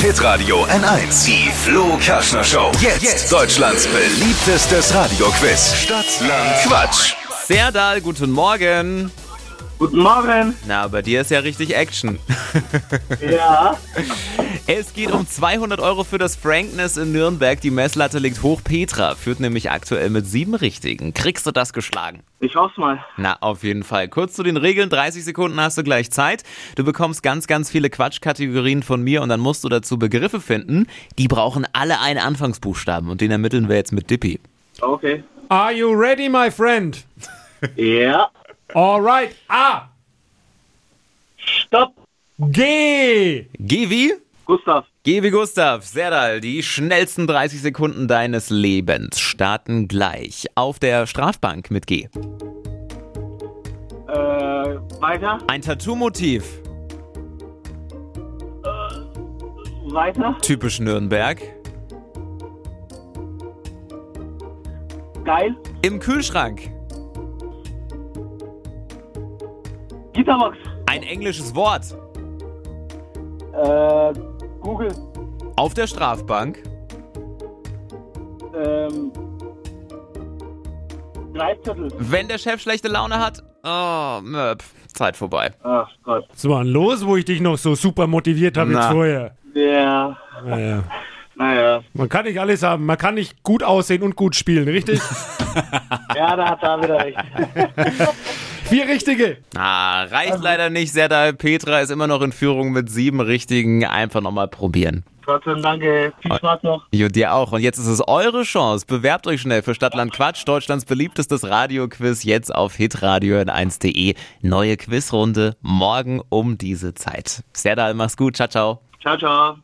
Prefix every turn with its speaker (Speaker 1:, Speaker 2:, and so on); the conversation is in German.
Speaker 1: Hitradio N1. Die Flo Kaschner Show. Jetzt, Deutschlands beliebtestes Radioquiz. Stadt, Land, Quatsch.
Speaker 2: Serdal, guten Morgen.
Speaker 3: Guten Morgen.
Speaker 2: Na, bei dir ist ja richtig Action.
Speaker 3: Ja.
Speaker 2: Es geht um 200 Euro für das Frankness in Nürnberg. Die Messlatte liegt hoch. Petra führt nämlich aktuell mit sieben Richtigen. Kriegst du das geschlagen?
Speaker 3: Ich hoff's mal.
Speaker 2: Na, auf jeden Fall. Kurz zu den Regeln. 30 Sekunden hast du gleich Zeit. Du bekommst ganz, ganz viele Quatschkategorien von mir und dann musst du dazu Begriffe finden. Die brauchen alle einen Anfangsbuchstaben und den ermitteln wir jetzt mit Dippy.
Speaker 3: Okay.
Speaker 4: Are you ready, my friend?
Speaker 3: Ja.
Speaker 4: All right. A.
Speaker 3: Stopp.
Speaker 4: G.
Speaker 2: Geh wie?
Speaker 3: Gustav.
Speaker 2: Geh wie Gustav, Serdal, die schnellsten 30 Sekunden deines Lebens starten gleich auf der Strafbank mit G.
Speaker 3: Äh, weiter.
Speaker 2: Ein Tattoo-Motiv,
Speaker 3: Weiter.
Speaker 2: typisch Nürnberg.
Speaker 3: Geil.
Speaker 2: Im Kühlschrank,
Speaker 3: Gitterbox.
Speaker 2: ein englisches Wort.
Speaker 3: Äh, Google.
Speaker 2: Auf der Strafbank,
Speaker 3: Ähm. Greifzettel.
Speaker 2: wenn der Chef schlechte Laune hat. Oh, Möp, Zeit vorbei.
Speaker 3: Ach Gott.
Speaker 4: Was war denn los, wo ich dich noch so super motiviert habe jetzt
Speaker 2: Na.
Speaker 4: vorher?
Speaker 3: Ja.
Speaker 4: Naja.
Speaker 3: Naja.
Speaker 4: Man kann nicht alles haben. Man kann nicht gut aussehen und gut spielen, richtig?
Speaker 3: Ja, da hat er wieder recht.
Speaker 4: Vier Richtige.
Speaker 2: Ah, reicht leider nicht, Serdal. Petra ist immer noch in Führung mit sieben richtigen. Einfach nochmal probieren.
Speaker 3: Trotzdem danke. Viel Spaß noch.
Speaker 2: Jo, dir auch. Und jetzt ist es eure Chance. Bewerbt euch schnell für Stadtland Quatsch, Deutschlands beliebtestes Radioquiz, jetzt auf hitradio in 1.de. Neue Quizrunde morgen um diese Zeit. Serdal, mach's gut. Ciao, ciao.
Speaker 3: Ciao, ciao.